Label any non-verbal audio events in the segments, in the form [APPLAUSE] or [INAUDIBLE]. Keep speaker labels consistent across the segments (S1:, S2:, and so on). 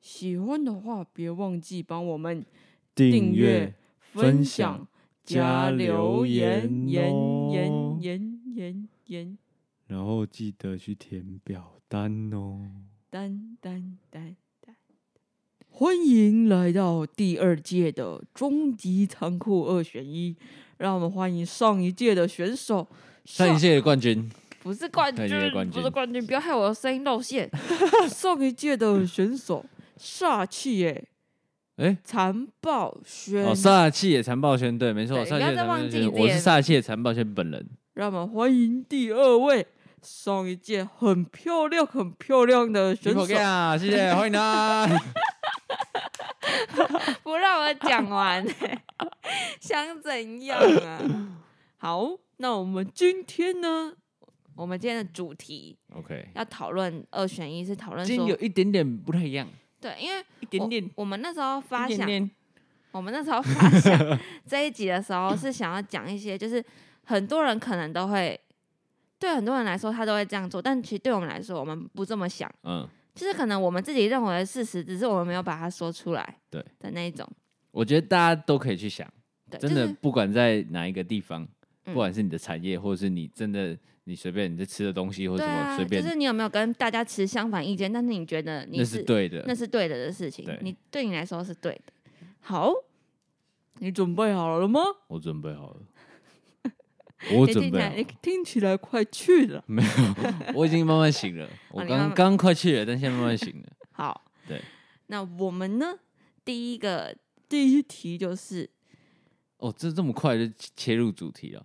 S1: 喜欢的话，别忘记帮我们
S2: 订阅、
S1: 分
S2: 分
S1: 享
S2: 享、
S1: 加
S2: 加
S1: 留
S2: 留
S1: 言、
S2: 言
S1: 言
S2: 哦
S1: 言言言言，
S2: 然后记得去填表单哦。
S1: 单单单单。欢迎来到第二届的终极残酷二选一，让我们欢迎上一届的选手。
S3: 上一届的冠军，
S1: 不是冠
S3: 太
S1: 军，
S3: 厉害冠
S1: 不是
S3: 军
S1: 冠军，不要害我的声音露馅。上一届的选手煞气耶、
S3: 哎、
S1: 残暴轩，
S3: 哦，煞气也残暴轩，对，没错，
S1: 对
S3: 煞
S1: 不
S3: 气
S1: 要
S3: 也
S1: 再
S3: 残
S1: 忘
S3: 暴
S1: 记
S3: 轩，
S1: 你
S3: 我
S1: 自己
S3: 是煞气也残暴轩本人，
S1: 让我们欢迎第二位。上一届很漂亮、很漂亮的选手，
S3: 啊，谢谢，欢迎啊他。
S2: [LAUGHS]
S4: 不让我讲完、 [LAUGHS] 想怎样啊？
S1: [LAUGHS] 好，那我们今天呢？
S4: 我们今天的主题
S3: OK，
S4: 要讨论二选一，是讨论
S3: 今天
S4: 说
S3: 有一点点不太一样，
S4: 对，因为
S3: 一点点，
S4: 我们那时候发
S3: 一点
S4: 想，
S3: 点，
S4: 我们那时候发
S1: [LAUGHS]
S4: 想这一集的时候是想要讲一些，就是很多人可能都会，对很多人来说他都会这样做，但其实对我们来说，我们不这么想，
S3: 嗯，
S4: 就是可能我们自己认为的事实，只是我们没有把它说出来，
S3: 对
S4: 的那一种，
S3: 我觉得大家都可以去想，
S4: 对，
S3: 真
S4: 就
S3: 的
S4: 是
S3: 不管在哪一个地方，
S4: 嗯
S3: 不管是你的产业，或者是你真的你随便你在吃的东西或者
S4: 对
S3: 什么
S4: 啊，
S3: 随
S4: 就
S3: 便
S4: 是，你有没有跟大家持相反意见，但是你觉得你
S3: 那是对的
S4: 那，是对的的事情
S3: 对，
S4: 你对你来说是对的。好，
S1: 你准备好了吗？
S3: 我准备好了，我
S4: 你
S3: 准
S4: 听
S3: 备
S4: 起
S3: 好
S4: 来
S3: 了
S4: 你。
S1: 听起来快去了。
S3: 没有， [LAUGHS] 我已经慢慢醒了。我
S4: 哦你慢
S3: 刚
S4: 慢
S3: 刚快去了，但现在慢慢醒了。 [LAUGHS]
S4: 好，
S3: 对。
S4: [LAUGHS] 那我们呢？第一个
S1: 第一题就是，
S3: 哦，这这么快就切入主题了，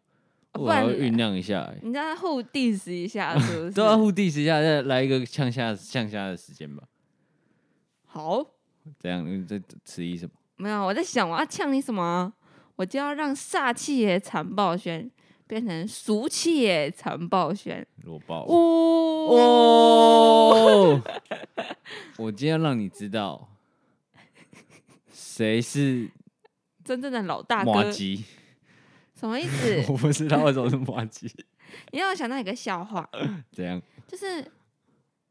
S4: 哦
S3: 我
S4: 不
S3: 还
S4: 然
S3: 要酝酿一下、欸。
S4: 你让他互 diss 一下，是
S1: [LAUGHS]
S4: 不是？
S1: 啊
S3: 都要互 diss 一下，再来一个向下向下的时间吧。
S1: 好，
S3: 怎样？你在迟疑什么？
S4: 没有，我在想我要呛你什么啊？我就要让煞气也残暴轩变成俗气也残暴轩。
S3: 裸爆！
S4: 哦，
S3: 哦，我今天要让你知道谁是
S4: 真正的老大
S3: 马
S4: 哥，
S3: 吉。？
S4: 什么意思
S3: 我不知道为什么是马吉。
S4: 你让我想到一个笑话，
S3: 怎样？
S4: 就是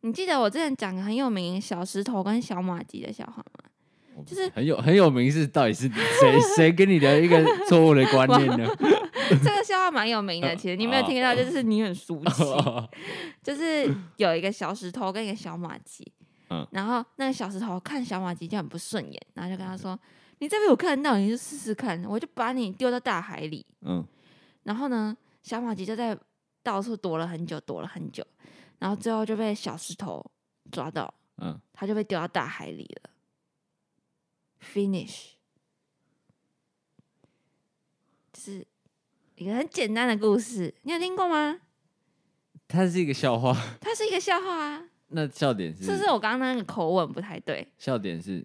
S4: 你记得我之前讲个很有名小石头跟小马吉的笑话吗？
S3: 我不
S4: 就是
S3: 很有很有名是到底是谁谁给你的一个错误的观念
S4: [LAUGHS]
S3: 呢？
S4: 这个笑话蛮有名的，其实你没有听到，就是你很熟悉，就是有一个小石头跟一个小马吉，
S3: 嗯
S4: 然后那个小石头看小马吉就很不顺眼，然后就跟他说：“你再被我看到，你就试试看，我就把你丢到大海里。
S3: [LAUGHS] 嗯，”
S4: 然后呢，小马吉就在到处躲了很久，躲了很久，然后最后就被小石头抓到，
S3: 嗯，
S4: 他就被丢到大海里了。Finish，就是一个很简单的故事，你有听过吗？
S3: 它是一个笑话，
S4: 它是一个笑话啊，
S3: [LAUGHS] 那笑点是
S4: 是不是我刚刚那个口吻不太对？
S3: 笑点是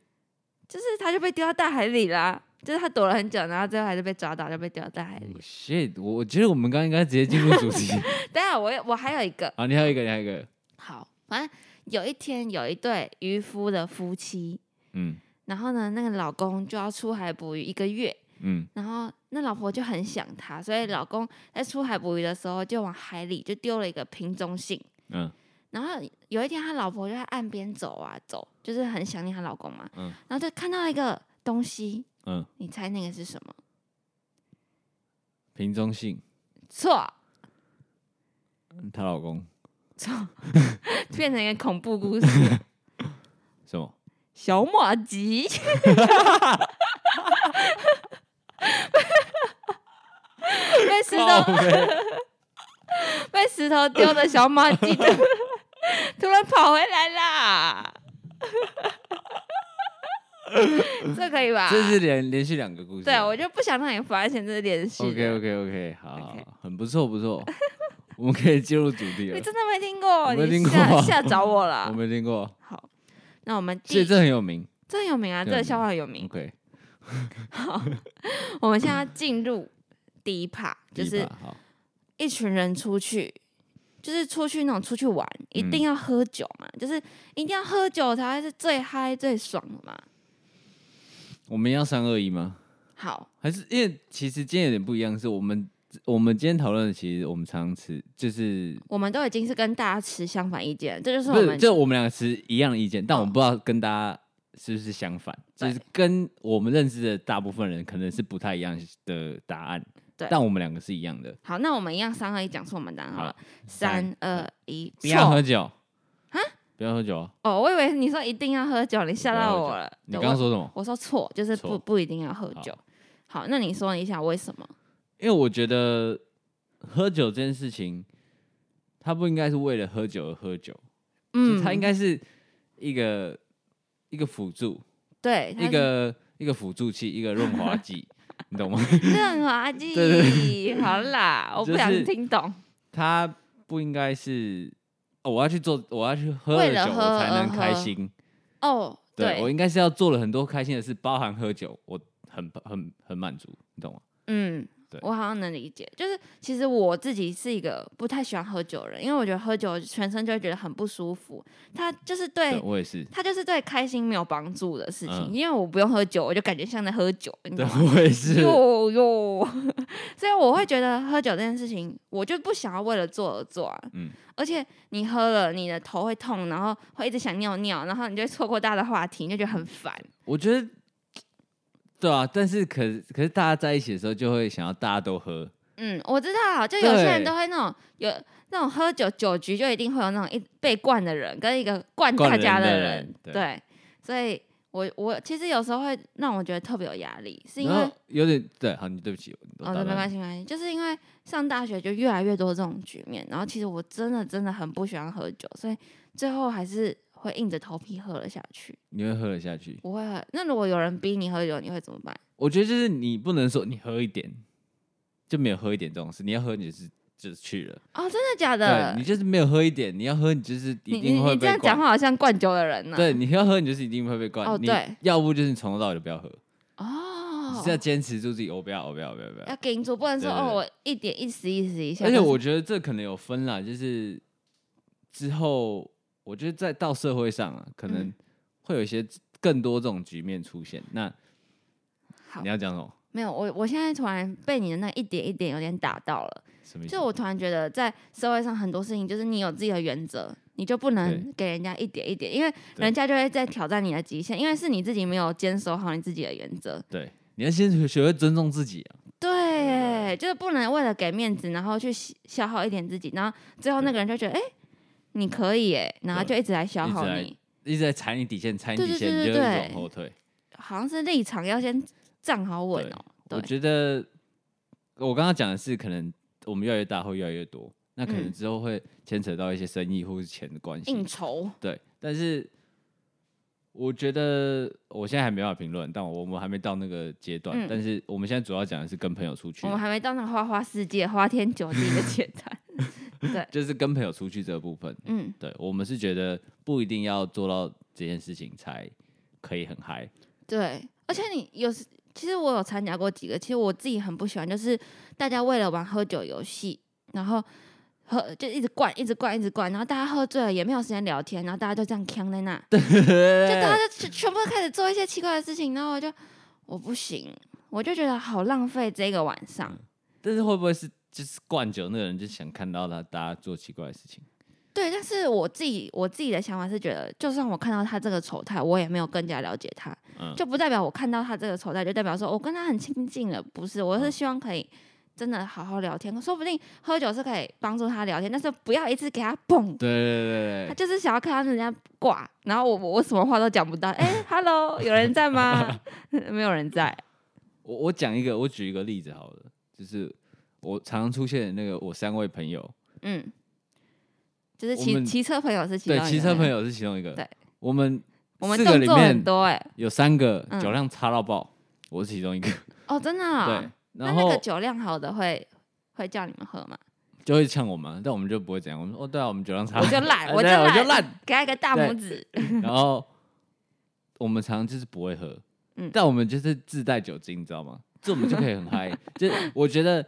S4: 就是他就被丢到大海里啦，就是他躲了很久，然后最后还是被抓到，就被丢到大海里。
S3: 哦 shit，我我觉得我们刚刚应该直接进入
S4: [LAUGHS]
S3: 主题。
S4: 当然，我有我还有一个
S3: 好，你还有一个，你还有一个，
S4: 好，反正有一天有一对渔夫的夫妻，
S3: 嗯
S4: 然后呢，那个老公就要出海捕鱼一个月，
S3: 嗯
S4: 然后那老婆就很想他，所以老公在出海捕鱼的时候就往海里就丢了一个瓶中信。
S3: 嗯
S4: 然后有一天，他老婆就在岸边走啊走，就是很想念她老公嘛，
S3: 嗯
S4: 然后就看到一个东西，
S3: 嗯，
S4: 你猜那个是什么？
S3: 瓶中信，
S4: 错，
S3: 嗯她老公
S4: 变成一个恐怖
S3: [LAUGHS]
S4: 故事。
S3: 什么？
S4: 小马吉，被石头
S3: 靠北
S4: 被石头丢的小马吉突，突然跑回来啦。这可以吧？
S3: 这是连连续两个故事
S4: 对
S3: 啊。
S4: 我就不想让你发现这是连续
S3: OK
S4: 的。
S3: OK OK，好好
S4: OK
S3: 好很不错
S4: [LAUGHS]
S3: 不错，我们可以进入主题
S4: 你
S3: 了。
S4: 真的没听过？
S3: 我没
S4: 你
S3: 听过
S4: 吓
S3: 啊
S4: 吓着我
S3: 我
S4: 了。
S3: 没听过，
S4: 好，那我们
S3: 所以
S4: 第
S3: 这很有名。
S4: 这很有名啊，
S3: 这
S4: 这个
S3: 很
S4: 笑话很有名。
S3: OK，
S4: 我们现在进入第一 part，就
S3: 第一
S4: 是
S3: 把好，
S4: 一群人出去，就是出去那种出去玩，一
S3: 嗯
S4: 定要喝酒嘛，就是一定要喝酒才会是最嗨最爽的嘛。
S3: 我们要三二一吗？
S4: 好，
S3: 还是因为其实今天有点不一样，是我们我们今天讨论的，其实我们常吃就是
S4: 我们都已经是跟大家持相反意见，这就是
S3: 不
S4: 我
S3: 是
S4: 们
S3: 就我们两个持一样的意见，但我们
S4: 哦
S3: 不知道跟大家是不是相反，
S4: 对
S3: 就是跟我们认识的大部分人可能是不太一样的答案，
S4: 对
S3: 但我们两个是一样的。
S4: 好，那我们一样三二一讲出我们答案好了，三二一，
S3: 不要喝
S4: 错
S3: 酒不要喝酒啊！
S4: 哦，我以为你说一定要喝酒，你吓
S3: 不要
S4: 到
S3: 喝
S4: 我
S3: 酒
S4: 了。
S3: 你
S4: 对
S3: 刚
S4: 我
S3: 刚说什么？
S4: 我说错，就是不
S3: 错
S4: 不一定要喝酒。好，那你说一下为什么？
S3: 因为我觉得喝酒这件事情，它不应该是为了喝酒而喝酒，
S4: 嗯，
S3: 它应该是一个一个辅助，
S4: 对它
S3: 一
S4: 是
S3: 个一个辅助器，一个润滑
S4: [LAUGHS]
S3: 剂，你懂吗？
S4: 润滑
S3: 对
S4: 剂。 [LAUGHS] 好啦，我不
S3: 就
S4: 想
S3: 是
S4: 听懂。
S3: 它不应该是、哦、我要去做，我要去喝
S4: 为
S3: 酒，
S4: 了喝
S3: 我才
S4: 而
S3: 能开
S4: 喝
S3: 心。
S4: 哦，
S3: 对我应该是要做了很多开心的事，包含喝酒，我很很很满足，你懂吗？
S4: 嗯
S3: 对，
S4: 我好像能理解。就是其实我自己是一个不太喜欢喝酒的人，因为我觉得喝酒全身就会觉得很不舒服。它就是对
S3: 对我
S4: [LAUGHS]
S3: 也是，
S4: 它就是对开心没有帮助的事情，
S3: 嗯
S4: 因为我不用喝酒，我就感觉像在喝酒，你
S3: 对
S4: 懂吗？
S3: 我也是，
S4: 哟哟， [LAUGHS] 所以我会觉得喝酒这件事情，我就不想要为了做而做啊。
S3: 嗯
S4: 而且你喝了，你的头会痛，然后会一直想尿尿，然后你就会错过大家的话题，你就觉得很烦。
S3: 我觉得。对啊，但是可可是大家在一起的时候，就会想要大家都喝，
S4: 嗯，我知道，就有些人
S3: 对
S4: 都会那种有那种喝酒酒局，就一定会有那种一被灌的人跟一个灌
S3: 灌
S4: 大嗯家
S3: 人的
S4: 人，
S3: 人对
S4: 对，所以我我其实有时候会让我觉得特别有压力，是因
S3: 然
S4: 为
S3: 后有点对，好，你对不起，我
S4: 哦，对，没关
S3: 系，
S4: 系，没关系，就是因为上大学就越来越多这种局面，然后其实我真的真的很不喜欢喝酒，所以最后还是会硬着头皮喝了下去。
S3: 你会喝得下去。
S4: 我会喝，那如果有人逼你喝酒，你会怎么办？
S3: 我觉得就是你不能说你喝一点就没有喝一点这种事，你要喝你就是就是去了，
S4: 哦，真的假
S3: 对
S4: 的？
S3: 你就是没有喝一点，你要喝你就是
S4: 你
S3: 一
S4: 你
S3: 定会
S4: 你这
S3: 被
S4: 样讲
S3: 灌。
S4: 话好像灌酒的人呢、
S3: 对，，你要喝你就是一定会被灌。
S4: 哦
S3: 你
S4: 对
S3: 要不就是你从头到尾都不要喝，你
S4: 哦
S3: 是，要坚持住自己，我不要，我不要，我不要，我不
S4: 要
S3: 要。
S4: 顶住，不能说
S3: 对对
S4: 哦，
S3: 对
S4: 我一点一时一时一下。
S3: 而且
S4: 就是
S3: 我觉得这可能有分啦，就是之后我觉得在到社会上啊，可能
S4: 嗯
S3: 会有一些更多这种局面出现。那
S4: 好
S3: 你要讲什么？
S4: 没有我，我现在突然被你的那一点一点有点打到了。
S3: 什么意思？
S4: 就我突然觉得，在社会上很多事情，就是你有自己的原则，你就不能
S3: 对
S4: 给人家一点一点，因为人家就会在挑战你的极限，因为是你自己没有坚守好你自己的原则。
S3: 对，你要先学学会尊重自己啊。
S4: 对，
S3: 嗯
S4: 就是不能为了给面子，然后去消消耗一点自己，然后最后那个人就觉得，哎、你可以哎，然后就一直来消
S3: 一直
S4: 耗
S3: 来
S4: 你，
S3: 一直在踩你底线，踩你
S4: 对
S3: 底
S4: 对
S3: 线，
S4: 对
S3: 你就
S4: 对
S3: 会
S4: 对
S3: 往后退。
S4: 好像是立场要先站好稳哦、
S3: 我
S4: 对，
S3: 觉得我刚刚讲的是，可能我们越来越大会越来越多，那可能
S4: 嗯
S3: 之后会牵扯到一些生意或是钱的关系。
S4: 应酬，
S3: 对，但是我觉得我现在还没办法评论，但我我们还没到那个阶段。
S4: 嗯
S3: 但是我们现在主要讲的是跟朋友出去
S4: 我，们还没到那个花花世界、花天酒地的阶
S3: [LAUGHS]
S4: 段。
S3: 就是跟朋友出去这个部分。
S4: 嗯，
S3: 对我们是觉得不一定要做到这件事情才可以很嗨。
S4: 对，而且你有时，其实我有参加过几个，其实我自己很不喜欢，就是大家为了玩喝酒游戏，然后喝就一直灌，一直灌，一直灌，然后大家喝醉了也没有时间聊天，然后大家就这样扛在那，就大家就全全部都开始做一些奇怪的事情，然后我就我不行，我就觉得好浪费这个晚上。
S3: 但是会不会是就是灌酒那个人就想看到他大家做奇怪的事情？
S4: 对，但是我自己我自己的想法是觉得，就算我看到他这个丑态，我也没有更加了解他，
S3: 嗯，
S4: 就不代表我看到他这个丑态，就代表说我跟他很亲近了，不是？我是
S3: 嗯
S4: 希望可以真的好好聊天，说不定喝酒是可以帮助他聊天，但是不要一次给他蹦。
S3: 对对对
S4: 他
S3: 对
S4: 就是想要看到人家挂，然后我我我什么话都讲不到。哎、h
S3: [LAUGHS]
S4: e l l o 有人在吗？没有人在。
S3: 我我讲一个，我举一个例子好了，就是我常常出现的那个我三位朋友，
S4: 嗯，就是
S3: 我
S4: 骑
S3: 们
S4: 骑车朋友是其中
S3: 对，
S4: 一
S3: 骑
S4: 个
S3: 车朋
S4: 人，
S3: 友是其中一个，
S4: 对，
S3: 我们
S4: 我们
S3: 四个
S4: 动
S3: 里
S4: 作很
S3: 面
S4: 多哎、
S3: 有三个
S4: 嗯
S3: 酒量差到爆，我是其中一个，
S4: 哦，真的、啊。
S3: 对，
S4: 那
S3: 然
S4: 那
S3: 后
S4: 个酒量好的会会叫你们喝
S3: [LAUGHS]
S4: 吗？
S3: 就会呛我们，但我们就不会怎样，我们说哦对啊，我们酒量差，
S4: 我就烂，
S3: 哎
S4: 我就
S3: 对啊
S4: 烂，
S3: 我就烂，
S4: 给他一个大
S3: 对
S4: 拇指。
S3: 然后我们常常就是不会喝，
S4: 嗯
S3: 但我们就是自带酒精，你知道吗？这我们就可以很嗨，就是我觉得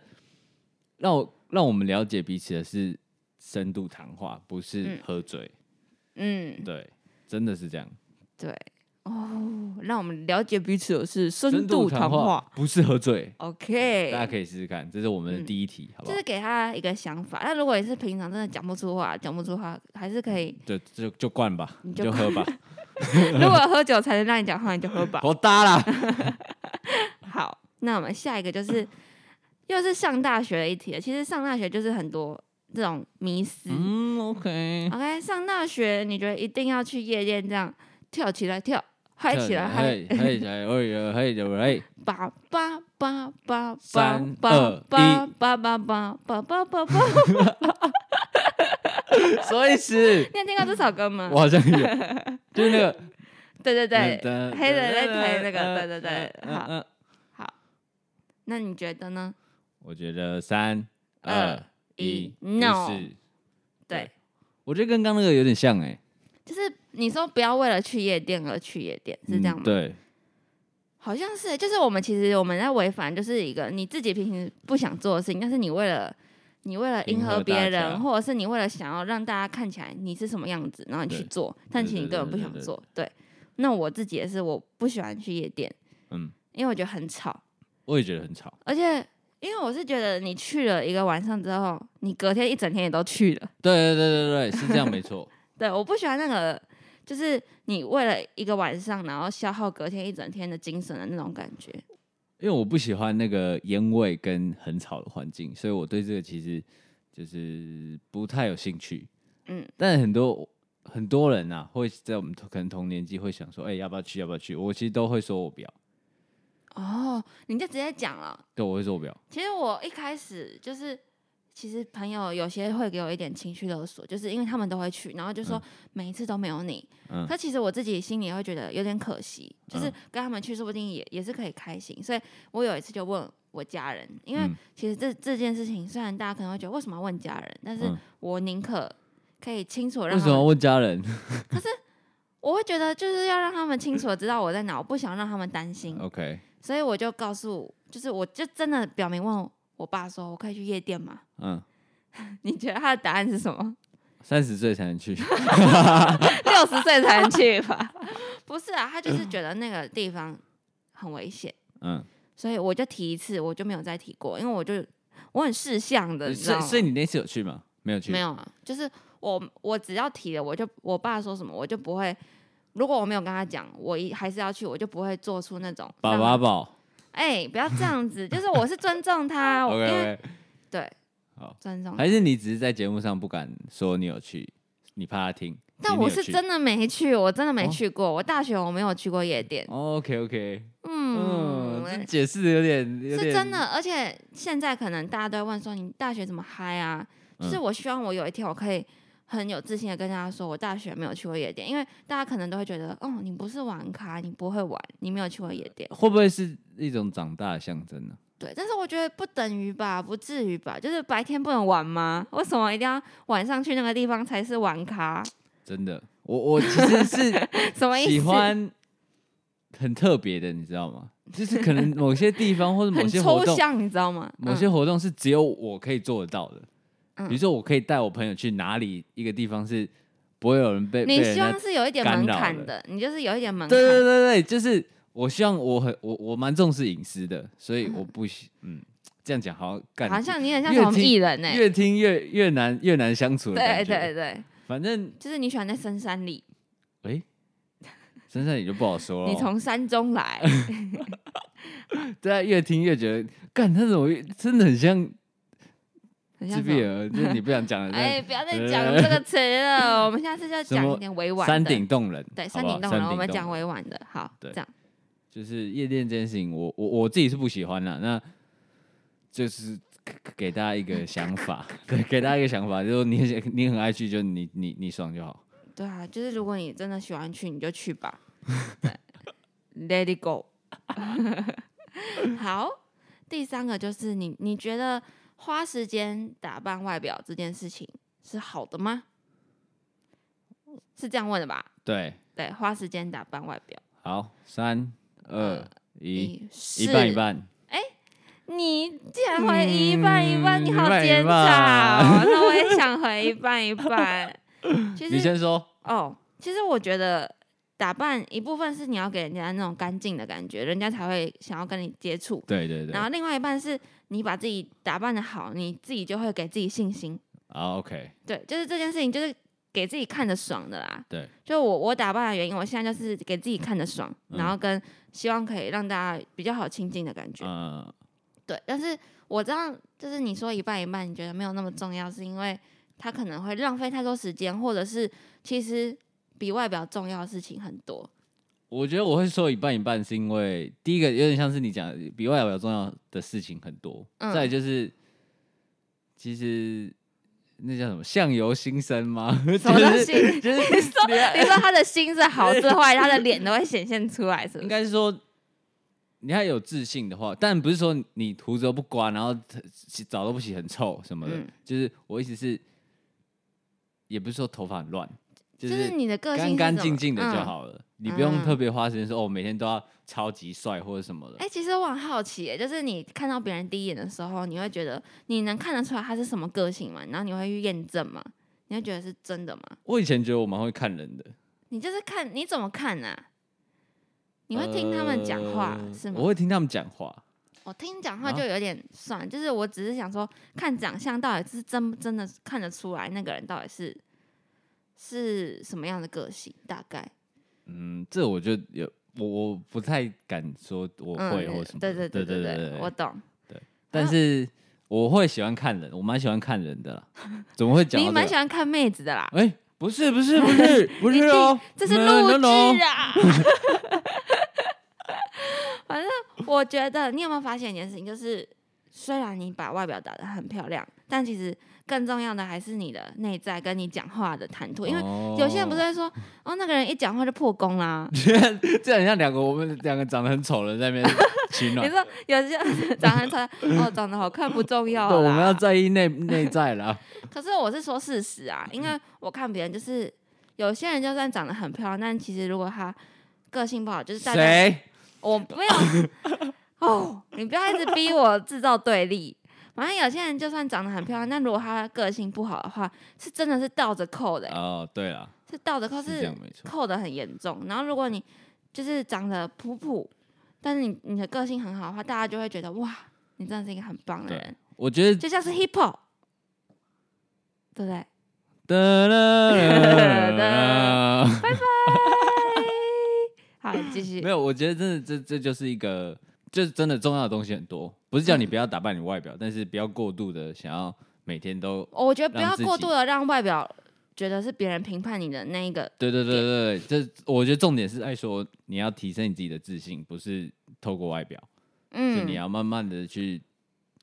S3: 让我让我们了解彼此的是深度谈话，不是
S4: 嗯
S3: 喝醉。
S4: 嗯，
S3: 对，真的是这样。
S4: 对，
S1: 哦，让我们了解彼此的是深
S3: 度
S1: 谈
S3: 谈不是喝醉，大家
S1: OK，
S3: 可以试试看，这是我们的
S4: 嗯
S3: 第一题，好不
S4: 就
S3: 好
S4: 是？给他一个想法。那如果也是平常真的讲不出话，讲不出话，还是可以。
S3: 就就就灌吧，
S4: 你
S3: 你
S4: 就
S3: 就喝吧，
S4: 如果喝酒才能让你讲话，你就喝吧。
S3: 我搭啦。
S4: 好，那我们下一个就是又是上大学的一题了。其实上大学就是很多这种迷思。
S3: 嗯，OK，
S4: OK，上大学你觉得一定要去夜店这样跳起来跳， [LAUGHS] 嗨起来嗨，
S3: 嘿，嗨起来，哎呦，嗨起来，
S4: 叭叭叭叭叭
S3: 三
S4: 叭
S3: 二
S4: 叭
S3: 一
S4: 叭叭叭叭叭叭叭。
S3: 什么意思？
S4: [LAUGHS] 你有听过这首歌吗
S3: 我？嗯好像有，就是那个
S4: 对对嗯 [LAUGHS] 对，
S3: 噔
S4: 黑人在
S3: 噔
S4: 推那个
S3: 噔
S4: 对对对
S3: 嗯
S4: 好
S3: 嗯
S4: 好，那你觉得呢？
S3: 我觉得三
S4: 二
S3: 二一
S4: 一，no
S3: 不是
S4: 对，
S3: 我觉得跟刚刚那个有点像哎、
S4: 就是你说不要为了去夜店而去夜店，是
S3: 嗯
S4: 这样吗？
S3: 对，
S4: 好像是，就是我们其实我们在违反，就是一个你自己平时不想做的事情，但是你为了你为了迎
S3: 迎合
S4: 合别
S3: 大
S4: 人，
S3: 家
S4: 或者是你为了想要让大家看起来你是什么样子，然后你去
S3: 对
S4: 做，但其实你根
S3: 对对
S4: 本不
S3: 对
S4: 想
S3: 对对
S4: 做。对，那我自己也是，我不喜欢去夜店，
S3: 嗯，
S4: 因为我觉得很吵，
S3: 我也觉得很吵。
S4: 而且因为我是觉得你去了一个晚上之后，你隔天一整天也都去了。
S3: 对对对对对，是这样没错。
S4: 对，我不喜欢那个，就是你为了一个晚上，然后消耗隔天一整天的精神的那种感觉。
S3: 因为我不喜欢那个烟味跟很吵的环境，所以我对这个其实就是不太有兴趣。
S4: 嗯
S3: 嗯，但很多很多人啊，会在我们同可能同年纪会想说，哎、要不要去？要不要去？我其实都会说我不要，
S4: 哦，你就直接讲了。
S3: 对，我会说我不要。
S4: 其实我一开始就是，其实朋友有些会给我一点情绪勒索，就是因为他们都会去，然后就说、
S3: 嗯
S4: 每一次都没有你。
S3: 嗯
S4: 可其实我自己心里也会觉得有点可惜，就是
S3: 嗯
S4: 跟他们去，说不定也也是可以开心。所以我有一次就问我家人，因为
S3: 嗯
S4: 其实这这件事情虽然大家可能会觉得为什么要问家人，但是
S3: 嗯
S4: 我宁可可以清楚地
S3: 为
S4: 让
S3: 什
S4: 他
S3: 么要
S4: 们，
S3: 问家人
S4: 我会觉得就是要让他们清楚地知道我在哪，我不想让他们担心。
S3: ？OK，
S4: 所以我就告诉，就是我就真的表明问我爸说，我可以去夜店吗？ [LAUGHS]
S3: 嗯，
S4: 你觉得他的答案是什么？
S3: 三十岁才能去。
S4: 六十岁才能去吧？ [LAUGHS] 不是啊，他就是觉得那个地方很危险， [LAUGHS]
S3: 嗯，
S4: 所以我就提一次，我就没有再提过，因为我就我很识相的，你知道
S3: 所
S4: 吗
S3: 所以你那次有去吗？没有去，
S4: 没有啊，就是我我只要提了，我就我爸说什么，我就不会。如果我没有跟他讲，我一还是要去，我就不会做出那种
S3: 爸
S4: 让
S3: 爸
S4: 他
S3: 宝。
S4: 哎、不要这样子，就是我是尊重他，我
S3: OK
S4: 哦因为
S3: OK，
S4: 对
S3: 好
S4: 尊重他
S3: 还是你只是在节目上不敢说你有去，你怕他听。
S4: 但我是真的没去，我真的没
S3: 哦
S4: 去过。我大学我没有去过夜店，
S3: OK OK，
S4: 嗯，
S3: 嗯，这解释的有点有
S4: 是
S3: 点
S4: 真的。而且现在可能大家都在问说，你大学怎么嗨啊？就是
S3: 嗯
S4: 我希望我有一天我可以很有自信的跟大家说，我大学没有去过夜店，因为大家可能都会觉得，哦，你不是玩咖，你不会玩，你没有去过夜店。
S3: 会不会是一种长大的象征呢、
S4: 对，但是我觉得不等于吧，不至于吧，就是白天不能玩吗？为什么一定要晚上去那个地方才是玩咖？ [LAUGHS]
S3: 真的，我我其实是
S4: 什么意思？
S3: 喜欢很特别的，你知道吗？就是可能某些地方或者某
S4: [LAUGHS] 很
S3: 些
S4: 抽
S3: 活动，
S4: 象，你知道吗？
S3: 某些活动是只有我可以做得到的。
S4: 嗯
S3: 比如说，我可以带我朋友去哪里一个地方是不会有人被
S4: 你
S3: 被人
S4: 希
S3: 家
S4: 望是有一点
S3: 干
S4: 门
S3: 扰
S4: 槛
S3: 了
S4: 的，你就是有一点门槛。
S3: 对对对对，就是我希望我很我我蛮重视隐私的，所以我不喜嗯这样讲好像干
S4: 好像你很像
S3: 越
S4: 什么
S3: 听
S4: 艺人呢、欸
S3: 越听越越难越难相处的
S4: 对
S3: 感觉。
S4: 对对，
S3: 反正
S4: 就是你喜欢在深山里，
S3: 身上也就不好说了。
S4: 你从山中
S3: [LAUGHS]
S4: 来，
S3: 对啊，越听越觉得，干他怎么越真的很像
S4: 很像
S3: 自
S4: 什
S3: 闭
S4: 么？
S3: 儿，就是你不
S4: [LAUGHS]
S3: 想讲的。
S4: 哎，不要再讲
S3: 对
S4: 这个词
S3: [LAUGHS]
S4: 了，我们下次就
S3: 什
S4: 讲
S3: 么
S4: 一点委婉的。
S3: 山顶洞人，
S4: 对
S3: 好
S4: 山
S3: 不好
S4: 顶洞
S3: 山
S4: 人，我们
S3: 洞
S4: 讲
S3: 人
S4: 委婉的，好，这
S3: 对
S4: 样
S3: 就是夜店这件事情，我我我自己是不喜欢的。那就是给给大家一个
S4: [LAUGHS]
S3: 想法，对，给大家一个想法，就是你很你很爱去，就你你你爽就好。
S4: 对啊，就是如果你真的喜欢去，你就去
S3: [LAUGHS]
S4: 吧对，Let it go。好，第三个就是你，你觉得花时间打扮外表这件事情是好的吗？是这样问的吧？
S3: 对，
S4: 对，花时间打扮外表，
S3: 好，三二一，
S4: 你
S3: 一
S4: 呃是
S3: 半一半。
S4: 你竟然回一半一半，
S3: 嗯
S4: 你好奸
S3: 一半一
S4: 诈哦！
S3: 嗯半
S4: 那我
S3: [LAUGHS]
S4: 也想回一半一半。其
S3: 你
S4: 实
S3: 先说，
S4: 哦，其实我觉得打扮一部分是你要给人家那种干净的感觉，人家才会想要跟你接触。
S3: 对对对
S4: 然，后另外一半是你把自己打扮的好，你自己就会给自己信心。
S3: 啊 OK，
S4: 对，就是这件事情，就是给自己看着爽的啦。
S3: 对，
S4: 就我我打扮的原因，我现在就是给自己看着爽，
S3: 嗯
S4: 然后跟希望可以让大家比较好亲近的感觉。
S3: 嗯，
S4: 对，但是我知道，就是你说一半一半，你觉得没有那么重要，是因为它可能会浪费太多时间，或者是其实比外表重要的事情很多。 [LAUGHS]
S3: 我觉得我会说一半一半，是因为第一个有点像是你讲的比外表重要的事情很多，
S4: 嗯
S3: 再来就是其实那叫什么相由心生吗？
S4: 什
S3: [LAUGHS]
S4: 么东
S3: 就是
S4: 西
S3: 就是
S4: 你说，
S3: 啊
S4: 你说他的心是好是坏，他的脸都会显现出来，是不
S3: 应
S4: 是？
S3: 该是说，你要有自信的话，但不是说你胡子都不刮，然后洗澡都不洗，很臭什么的。
S4: 嗯
S3: 就是我意思是，也不是说头发很乱，就
S4: 就是
S3: 是
S4: 你的个性
S3: 干
S4: 是
S3: 干
S4: 怎么
S3: 净净的就。
S4: 嗯
S3: 好了，你不用
S4: 嗯
S3: 特别花时间说哦，每天都要超级帅或者什么的。
S4: 哎、其实我很好奇耶，就是你看到别人第一眼的时候，你会觉得你能看得出来他是什么个性吗？然后你会去验证吗？你会觉得是真的吗？
S3: 我以前觉得我蛮会看人的，
S4: 你就是看你怎么看呐、你会听他们讲话、
S3: 呃
S4: 是吗？
S3: 我
S4: 我
S3: 会听他们讲话，
S4: 听讲话
S3: 啊
S4: 就有点算，就是我只是想说，看长相到底是真不真的看得出来那个人到底是是什么样的个性，大概
S3: 嗯，这我就有。我我不太敢说我
S4: 嗯，
S3: 会或什么的、
S4: 对对
S3: 对
S4: 对
S3: 对
S4: 我懂。
S3: 但
S4: 啊
S3: 是我会喜欢看人，我蛮喜欢看人的啦。
S4: [LAUGHS]
S3: 怎么会讲
S4: 你
S3: 到这个？
S4: 蛮喜欢看妹子的啦，
S3: 哎、不是不是不是
S4: [LAUGHS]
S3: 不是哦，
S4: 这是
S3: No,
S4: 录
S3: no, no
S4: 制啊。 [LAUGHS] 反正我觉得，你有没有发现一件事情，就是虽然你把外表打得很漂亮，但其实更重要的还是你的内在跟你讲话的谈吐，因为。有些人不是会说，哦，那个人一讲话就破功啦。
S3: 是 [LAUGHS] 这很像两个我们两个长得很丑的人 [LAUGHS] 在那边取
S4: [LAUGHS] 你
S3: 暖。
S4: 说有些人 [LAUGHS] 长得丑，哦，长得好看不重要
S3: 对，
S4: 啦。
S3: 我们要在意内 [LAUGHS] 内在啦。
S4: 可是我是说事实啊，
S3: 嗯
S4: 因为我看别人就是有些人就算长得很漂亮，但其实如果他个性不好， [LAUGHS] 就是大家
S3: 谁？
S4: 我没有
S3: [LAUGHS]
S4: 哦，你不要一直逼我制造对立。反正有些人就算长得很漂亮，但如果他个性不好的话，是真的是倒着扣的欸、
S3: 哦，对了，
S4: 是倒着扣，
S3: 是这
S4: 是
S3: 样没错。
S4: 扣的很严重。然后如果你就是长得普普，但是你你的个性很好的话，大家就会觉得哇，你真的是一个很棒的
S3: 对
S4: 人，
S3: 我觉得
S4: 就像是 hippo，对不对？[LAUGHS]
S3: 哒啦啦
S4: 好，你继续
S3: 没。有，我觉得真的这这就是一个，就是真的重要的东西很多。不是叫
S4: 嗯
S3: 你不要打扮你外表，但是不要过度的想要每天都
S4: 我觉得不
S3: 让
S4: 要
S3: 自
S4: 过
S3: 己
S4: 度的让外表觉得是别人评判你的那一个，
S3: 对对对对对，这我觉得重点是在说你要提升你自己的自信，不是透过外表，是
S4: 嗯，
S3: 你要慢慢的去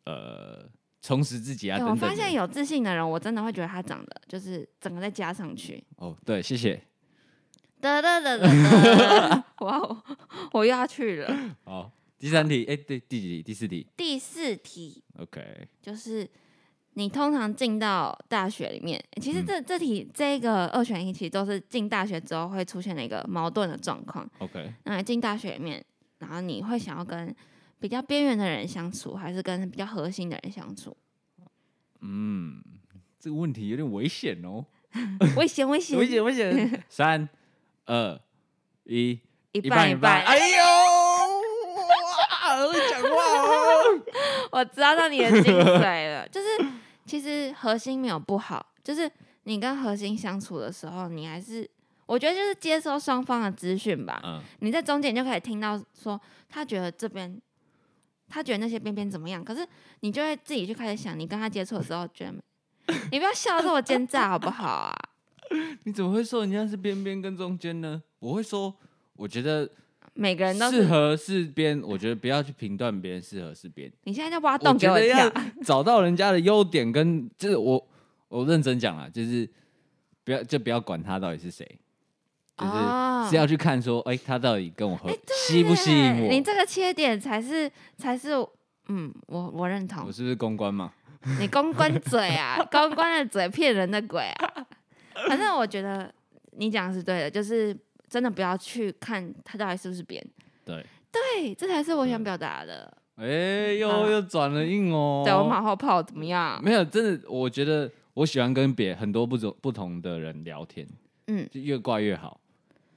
S3: 呃充实自己啊
S4: 欸
S3: 等
S4: 我
S3: 等的。
S4: 发现有自信的人，我真的会觉得他长得就是整个再加上去。
S3: 哦，对，谢谢。
S4: 哒哒哒哒哒！哇哦，我又要去了。
S3: 好，第三题，哎、对，第几题？第四题。
S4: 第四题
S3: OK，
S4: 就是你通常进到大学里面，其实
S3: 嗯
S4: 这这题这个二选一其实都是进大学之后会出现的一个矛盾的状况。
S3: OK，
S4: 那你进大学里面，然后你会想要跟比较边缘的人相处，还是跟比较核心的人相处？
S3: 嗯，这个问题有点危险哦，
S4: 危险， [LAUGHS] 危
S3: [LAUGHS]
S4: 险，
S3: 危险，危险。三二一，
S4: 一
S3: 一
S4: 半
S3: 一
S4: 半。
S3: 哎呦，哇，会讲
S4: [LAUGHS]
S3: 话哦。
S4: 我抓到你的精髓了，就是其实核心没有不好，就是你跟核心相处的时候，你还是我觉得就是接收双方的资讯吧。
S3: 嗯，
S4: 你在中间就可以听到说他觉得这边，他觉得那些边边怎么样，可是你就会自己就开始想，你跟他接触的时候觉得 [LAUGHS] 没，你不要笑这么奸诈好不好啊？
S3: 你怎么会说人家是边边跟中间呢？我会说，我觉得
S4: 每个人都
S3: 适
S4: 是，
S3: 合是啊边，我觉得不要去评断别人适合是边，
S4: 你现在就挖
S3: 我
S4: 洞给
S3: 觉
S4: 我
S3: 得
S4: 跳
S3: 要，找到人家的优点跟，就是我我认真讲啦，就是不要就不要管他到底是谁，就是、
S4: 哦
S3: 是要去看说，哎、他到底跟我合、
S4: 哎对
S3: 吸不吸引
S4: 对你
S3: 我，
S4: 这个切点才是才是，嗯，我我认同
S3: 我。是不是公关嘛？
S4: 你公关嘴
S3: [LAUGHS]
S4: 啊，公关的嘴骗人的鬼啊！反正我觉得你讲的是对的，就是真的不要去看他到底是不是别人。
S3: 对，
S4: 对，哎这才是我
S3: 嗯
S4: 想表达的。
S3: 哎、又、
S4: 啊
S3: 又转了硬哦，
S4: 对我马后炮怎么样？
S3: 没有，真的，我觉得我喜欢跟别很多不同不同的人聊天，
S4: 嗯，
S3: 就越怪越好。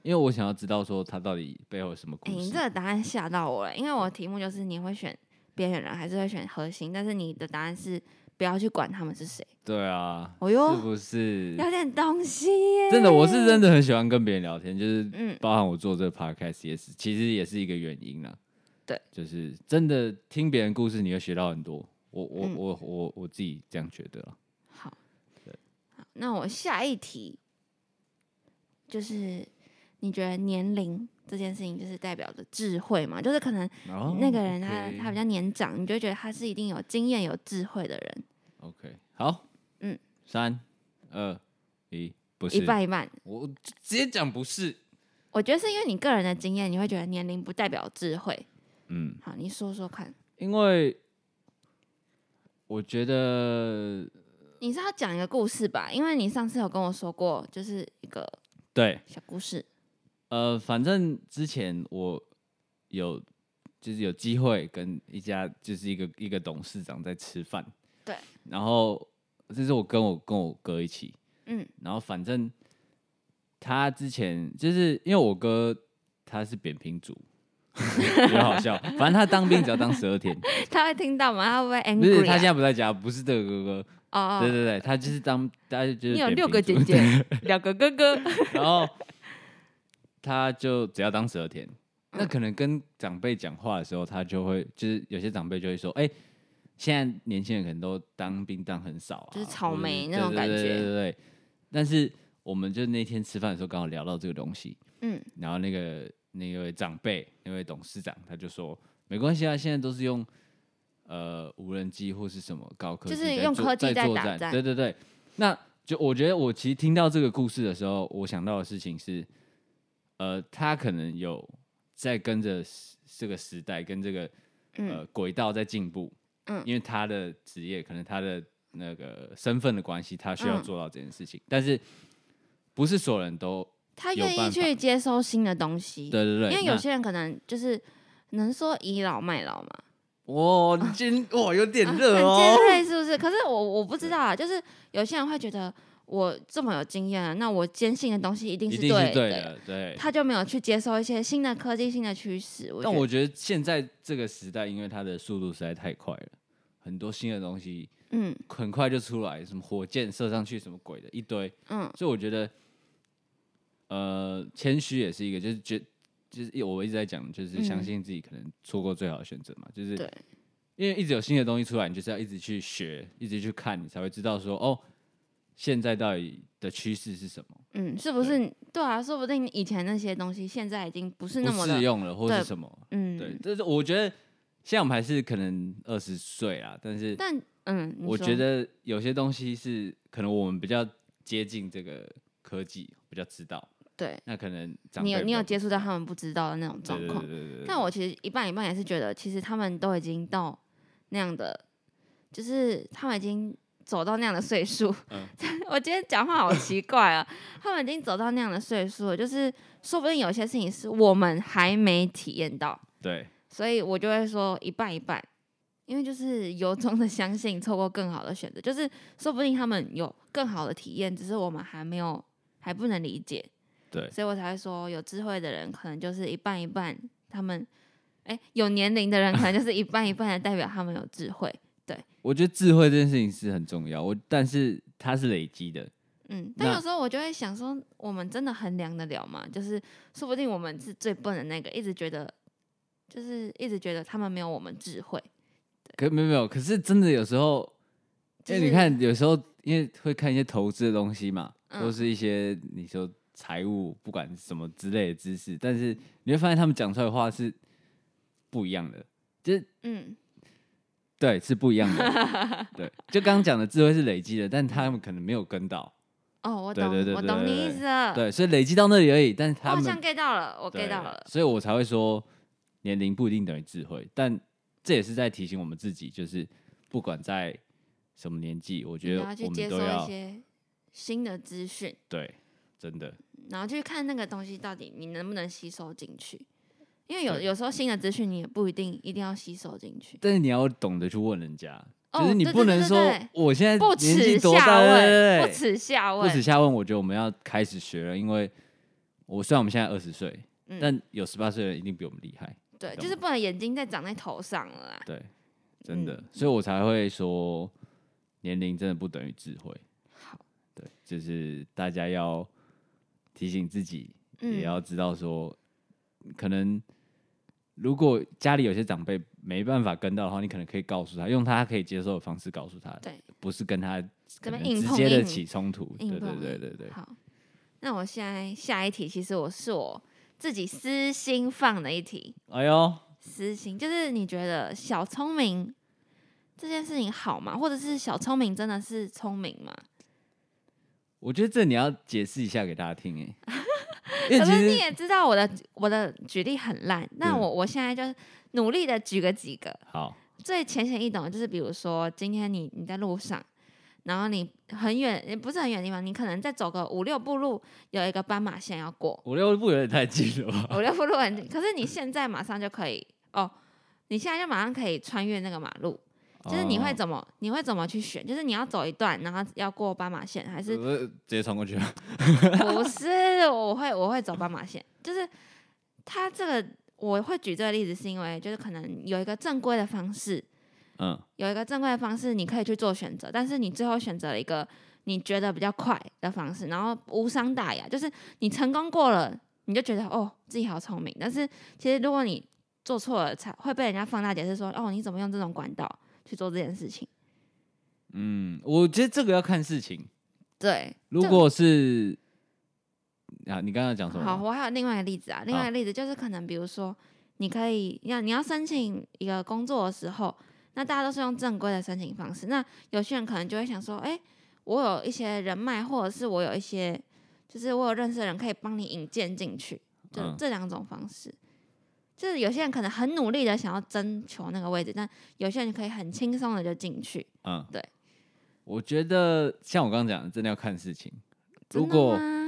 S3: 因为我想要知道说他到底背后有什么故
S4: 哎、你
S3: 事
S4: 这。个答案吓到我了，因为我的题目就是你会选边缘人还是会选核心，但是你的答案是不要去管他们是谁。
S3: 对啊，
S4: 哦
S3: 是
S4: 哟，
S3: 不是？
S4: 有点东西耶！
S3: 真的，我是真的很喜欢跟别人聊天，就是
S4: 嗯
S3: 包含我做这个 podcast 也是，其实也是一个原因啦。
S4: 对，
S3: 就是真的听别人故事，你会学到很多。我我、
S4: 嗯
S3: 我我我自己这样觉得啦。
S4: 好，好，那我下一题就是你觉得年龄这件事情就是代表着智慧嘛？就是可能
S3: 哦
S4: 那个人他、
S3: OK
S4: 他比较年长，你就会觉得他是一定有经验有智慧的人，
S3: OK，好，
S4: 嗯，
S3: 三二一，不是，
S4: 一半一半。
S3: 我直接讲不是，
S4: 我觉得是因为你个人的经验，你会觉得年龄不代表智慧。
S3: 嗯，
S4: 好，你说说看，
S3: 因为我觉得
S4: 你是要讲一个故事吧？因为你上次有跟我说过，就是一个
S3: 对，
S4: 小故事。
S3: 呃，反正之前我有就是有机会跟一家就是一个一个董事长在吃饭，
S4: 对，
S3: 然后这是我跟我跟我哥一起，
S4: 嗯
S3: 然后反正他之前就是因为我哥他是扁平足， [LAUGHS] 有点好笑，反正他当兵只要当十二
S1: [LAUGHS]
S3: 天，
S4: 他会听到吗？他会不会 angry？、啊、
S3: 不是他现在不在家，不是这个哥哥，
S4: 哦，哦
S3: 对对对，他就是当他就是
S1: 你有
S3: 扁
S1: 六
S3: 平
S1: 个
S3: 足
S1: 姐，姐，
S3: [LAUGHS]
S1: 两个哥哥，
S3: 然后他就只要当十二天，那可能跟长辈讲话的时候，他就会就是有些长辈就会说，哎、现在年轻人可能都当兵当很少、啊，
S4: 就是草莓
S3: 或者
S4: 那种感觉
S3: 对对对对对对但是我们就那天吃饭的时候刚好聊到这个东西，
S4: 嗯，
S3: 然后那个那位长辈，那位董事长，他就说没关系啊，现在都是用呃无人机或是什么高科技
S4: 就是
S3: 在
S4: 用
S3: 作
S4: 科技
S3: 在
S4: 在
S3: 作
S4: 打
S3: 战，
S4: 战
S3: 对对对。那就我觉得我其实听到这个故事的时候，我想到的事情是，呃，他可能有在跟着时这个时代跟这个
S4: 嗯
S3: 呃轨道在进步，
S4: 嗯
S3: 因为他的职业可能他的那个身份的关系，他需要
S4: 嗯
S3: 做到这件事情，但是不是所有人都
S4: 他
S3: 有
S4: 愿意
S3: 办法
S4: 去接收新的东西。
S3: 对对对，
S4: 因为
S3: 那
S4: 有些人可能就是能说倚老卖老嘛，啊
S3: 哇，你
S4: [LAUGHS]
S3: 今天哇有点热
S4: 很尖
S3: 哦。
S4: 锐是不是？可是我我不知道啊，就是有些人会觉得我这么有经验了，那我坚信的东西一定
S3: 一
S4: 是
S3: 定
S4: 对
S3: 是对的，对。
S4: 他就没有去接受一些新的科技、新的趋势。我
S3: 但
S4: 觉得
S3: 我觉得现在这个时代，因为它的速度实在太快了，很多新的东西
S4: 嗯
S3: 很快就出来，什么火箭射上去，什么鬼的一堆。
S4: 嗯
S3: 所以我觉得，呃，谦虚也是一个，就是觉，就是我一直在讲，就是相
S4: 嗯
S3: 信自己可能错过最好的选择嘛，就是
S4: 对
S3: 因为一直有新的东西出来，你就是要一直去学，一直去看，你才会知道说，哦，现在到底的趋势是什么。
S4: 嗯，是不是？对啊，说不定以前那些东西现在已经不是那
S3: 不
S4: 么
S3: 适
S4: 的，
S3: 用了，或
S4: 对
S3: 是什么？对
S4: 嗯，，
S3: 但是我觉得现在我们还是可能二十岁啦，但是
S4: 但嗯，你
S3: 我
S4: 说
S3: 觉得有些东西是可能我们比较接近这个科技，比较知道。
S4: 对，
S3: 那可能长
S4: 你有
S3: 辈
S4: 你有
S3: 比较
S4: 接触到他们不知道的那种
S3: 对
S4: 状
S3: 对
S4: 况
S3: 对。对对对
S4: 但我其实一半一半也是觉得，其实他们都已经到那样的，就是他们已经走到那样的岁数。
S3: 嗯
S4: [LAUGHS] 我今天讲话好奇怪啊，他们已经走到那样的岁数了，就是说不定有些事情是我们还没体验到，
S3: 对
S4: 所以我就会说一半一半，因为就是由衷的相信错过更好的选择，就是说不定他们有更好的体验，只是我们还没有还不能理解。
S3: 对
S4: 所以我才会说，有智慧的人可能就是一半一半，他们哎、有年龄的人可能就是一半一半的代表他们有智慧。
S3: 我觉得智慧这件事情是很重要，我但是它是累积的，
S4: 嗯，但
S3: 那
S4: 有时候我就会想说，我们真的衡量得了吗？就是说不定我们是最笨的那个，一直觉得就是一直觉得他们没有我们智慧。
S3: 可没有没有，可是真的有时候，
S4: 就
S3: 因哎为你
S4: 是
S3: 看有时候因为会看一些投资的东西嘛，
S4: 嗯
S3: 都是一些你说财务不管什么之类的知识，但是你会发现他们讲出来的话是不一样的，就是
S4: 嗯，
S3: 对是不一样的，
S4: [LAUGHS]
S3: 对，就刚刚讲的智慧是累积的，但他们可能没有跟到，
S4: 哦，我
S3: 对
S4: 懂，
S3: 对对
S4: 我
S3: 对
S4: 懂
S3: 对
S4: 你意
S3: 对
S4: 思了。
S3: 对，所以累积到那里而已，但是
S4: 我
S3: 他
S4: 好
S3: 们
S4: 像 get 到了，我 get
S3: 对
S4: 到了。
S3: 所以我才会说年龄不一定等于智慧，但这也是在提醒我们自己，就是不管在什么年纪，我觉
S4: 你
S3: 得
S4: 要去
S3: 我
S4: 接
S3: 们
S4: 收
S3: 都
S4: 一
S3: 要
S4: 些新的资讯，
S3: 对，真的
S4: 然后去看那个东西到底你能不能吸收进去，因为有
S3: 对
S4: 有时候新的资讯你也不一定一定要吸收进去。
S3: 但是你要懂得去问人家，
S4: 哦
S3: 就是你
S4: 对
S3: 不
S4: 对对
S3: 能说
S4: 对
S3: 我现在
S4: 不
S3: 年纪
S4: 耻
S3: 多大，
S4: 下
S3: 对
S4: 问，
S3: 对
S4: 不
S3: 对
S4: 耻下
S3: 对，不耻
S4: 问。
S3: 下问。我觉得我们要开始学了，因为我虽然我们现在二十岁，
S4: 嗯
S3: 但有十八岁的人一定比我们厉害，
S4: 对，
S3: 懂
S4: 就是不能眼睛再长在头上了啦。
S3: 对，真的，
S4: 嗯
S3: 所以我才会说，年龄真的不等于智慧。
S4: 好，
S3: 对，就是大家要提醒自己，也
S4: 嗯，
S3: 要知道说，可能如果家里有些长辈没办法跟到的话，你可能可以告诉他，用他可以接受的方式告诉他，
S4: 对，
S3: 不是跟他可
S4: 怎么
S3: 能
S4: 硬
S3: 直
S4: 碰
S3: 接的
S4: 硬？
S3: 起冲突。对
S4: 硬
S3: 对
S4: 碰
S3: 对
S4: 硬
S3: 对对，
S4: 好，那我现在下一题，其实我是我自己私心放的一题，
S3: 哎呦，
S4: 私心就是你觉得小聪明这件事情好吗？或者是小聪明真的是聪明吗？
S3: 我觉得这你要解释一下给大家听
S4: [LAUGHS]
S3: 哎、因为
S4: 可
S3: 其
S4: 是你
S3: 实嗯
S4: 也知道我的我的举例很烂，那
S3: 对
S4: 我我现在就努力的举个几个
S3: 好，
S4: 最浅显易懂的，就是比如说今天你你在路上，然后你很远也不是很远的地方，你可能再走个五六步路，有一个斑马线要
S3: [LAUGHS]
S4: 过，
S3: 五六步有点太近了吧？
S4: 五六步路很近，可是你现在马上就可以哦，你现在就马上可以穿越那个马路， [LAUGHS] 就是你会
S3: 哦
S4: 怎么你会怎么去选？就是你要走一段，然后要过斑马线，
S3: [LAUGHS]
S4: 还是
S3: 我呃直接冲过去了？
S4: 不是，我会我会走斑马线，就是他这个我会举这个例子，是因为就是可能有一个正规的方式，
S3: 嗯，
S4: 有一个正规的方式你可以去做选择，但是你最后选择了一个你觉得比较快的方式，然后无伤大雅，就是你成功过了，你就觉得哦自己好聪明，但是其实如果你做错了，才会被人家放大解释说哦你怎么用这种管道去做这件事情，
S3: 嗯，我觉得这个要看事情。
S4: 对，
S3: 如
S4: 这
S3: 果是啊，你刚刚讲什么？
S4: 好，我还有另外一个例子啊，另外一个
S3: 好
S4: 例子就是可能比如说，你可以你要你要申请一个工作的时候，那大家都是用正规的申请方式，那有些人可能就会想说，哎、我有一些人脉，或者是我有一些，就是我有认识的人可以帮你引荐进去，就
S3: 嗯
S4: 这两种方式。就是有些人可能很努力的想要征求那个位置，但有些人可以很轻松的就进去。
S3: 嗯，
S4: 对，
S3: 我觉得像我刚刚讲的，真的要看事情。
S4: 真
S3: 如
S4: 的
S3: 果
S4: 吗